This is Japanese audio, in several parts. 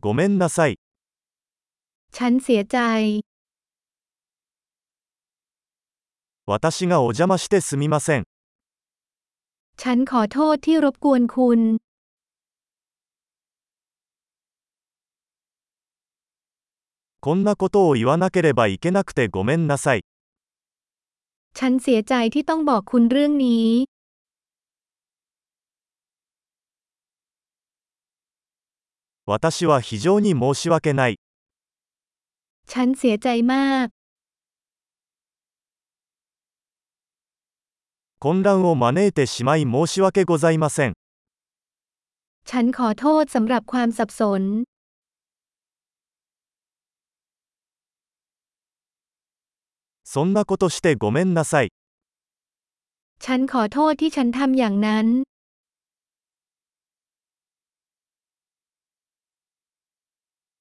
ごめんなさい。 ฉันเสียใจ 私がお邪魔してすみません。 ฉันขอโทษที่รบกวนคุณ こんなことを言わなければいけなくてごめんなさい。 ฉันเสียใจที่ต้องบอกคุณเรื่องนี้ 私は非常に申し訳ない。 ฉันเสียใจมาก 混乱を招いてしまい申し訳ございません。 ฉันขอโทษสำหรับความสับสน そんなことしてごめんなさい。 ฉันขอโทษที่ฉันทำอย่างนั้น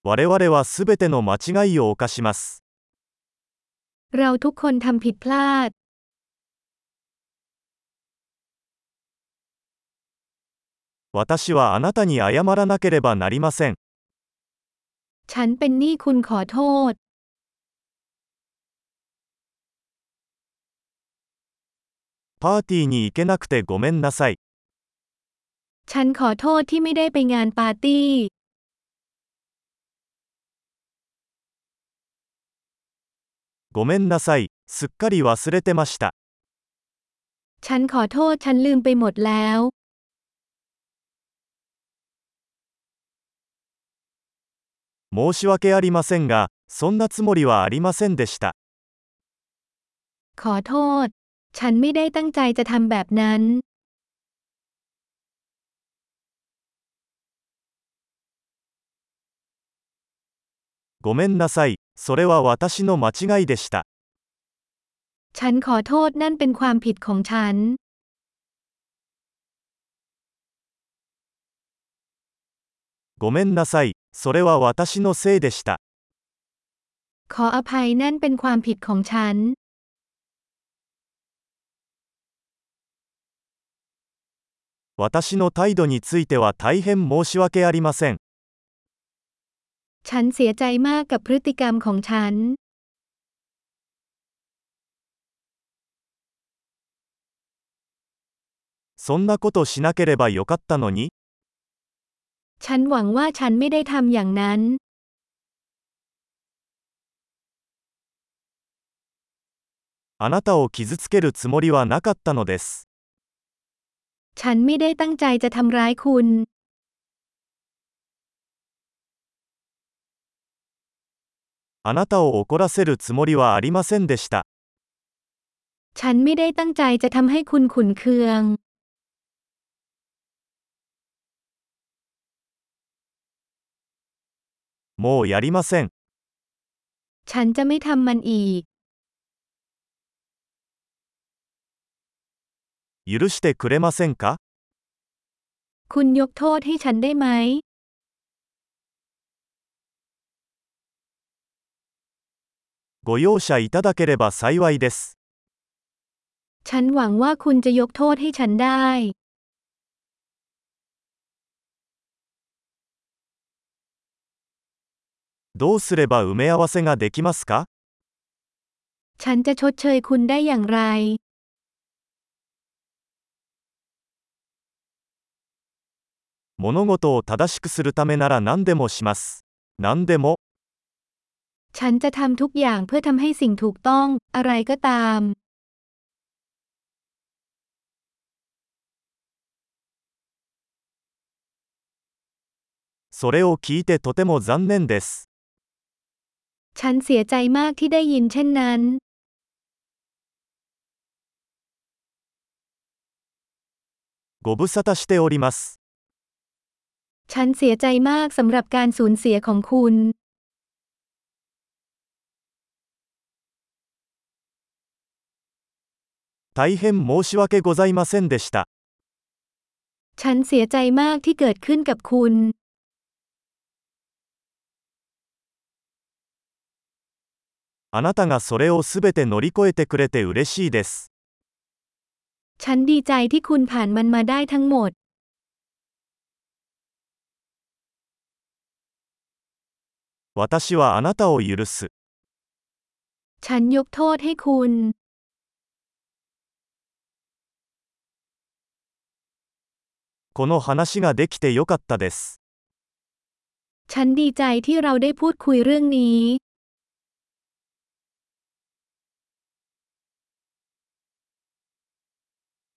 我々はすべての間違いを犯します。 เราทุกคนทำผิดพลาด 私はあなたに謝らなければなりません。 ฉันเป็นหนี้คุณขอโทษ パーティーに行けなくてごめんなさい。 ฉันขอโทษที่ไม่ได้ไปงานปาร์ตี้ ごめんなさい。すっかり忘れてました。 ฉันขอโทษฉันลืมไปหมดแล้ว 申し訳ありませんが、そんなつもりはありませんでした。 ขอโทษ ฉันไม่ได้ตั้งใจจะทำแบบนั้น ごめんなさい。それは私の間違いでした。 ฉันขอโทษนั่นเป็นความผิดของฉัน ごめんなさい。それは私のせいでした。 ขออภัยนั่นเป็นความผิดของฉัน 私の態度については大変申し訳ありません。 ฉันเสียใจมากกับพฤติกรรมของฉัน そんなことしなければよかったのに、 ฉันหวังว่าฉันไม่ได้ทำอย่างนั้น あなたを傷つけるつもりはなかったのです。 ฉันไม่ได้ตั้งใจจะทำร้ายคุณ あなたを怒らせるつもりはありませんでした。 ฉันไม่ได้ตั้งใจจะทำให้คุณขุนเคือง もうやりません。 ฉันจะไม่ทำมันอีก 許してくれませんか คุณยกโทษให้ฉันได้ไหม ご容赦いただければ幸いです。 ฉันหวังว่าคุณจะยกโทษให้ฉันได้ どうすれば埋め合わせができますか ฉันจะชดเชยคุณได้อย่างไร 物事を正しくするためなら何でもします。何でも、 ฉันจะทำทุกอย่างเพื่อทำให้สิ่งถูกต้อง อะไรก็ตาม それを聞いてとても残念です。 ฉันเสียใจมากที่ได้ยินเช่นนั้น ご無沙汰しております。 ฉันเสียใจมากสำหรับการสูญเสียของคุณ 大変申し訳ございませんでした。 ฉันเสียใจมากที่เกิดขึ้นกับคุณ あなたがそれをすべて乗り越えてくれて嬉しいです。 ฉันดีใจที่คุณผ่านมันมาได้ทั้งหมด 私はあなたを許す。 ฉันยกโทษให้คุณ この話ができてよかったです。 ฉันดีใจที่เราได้พูดคุยเรื่องนี้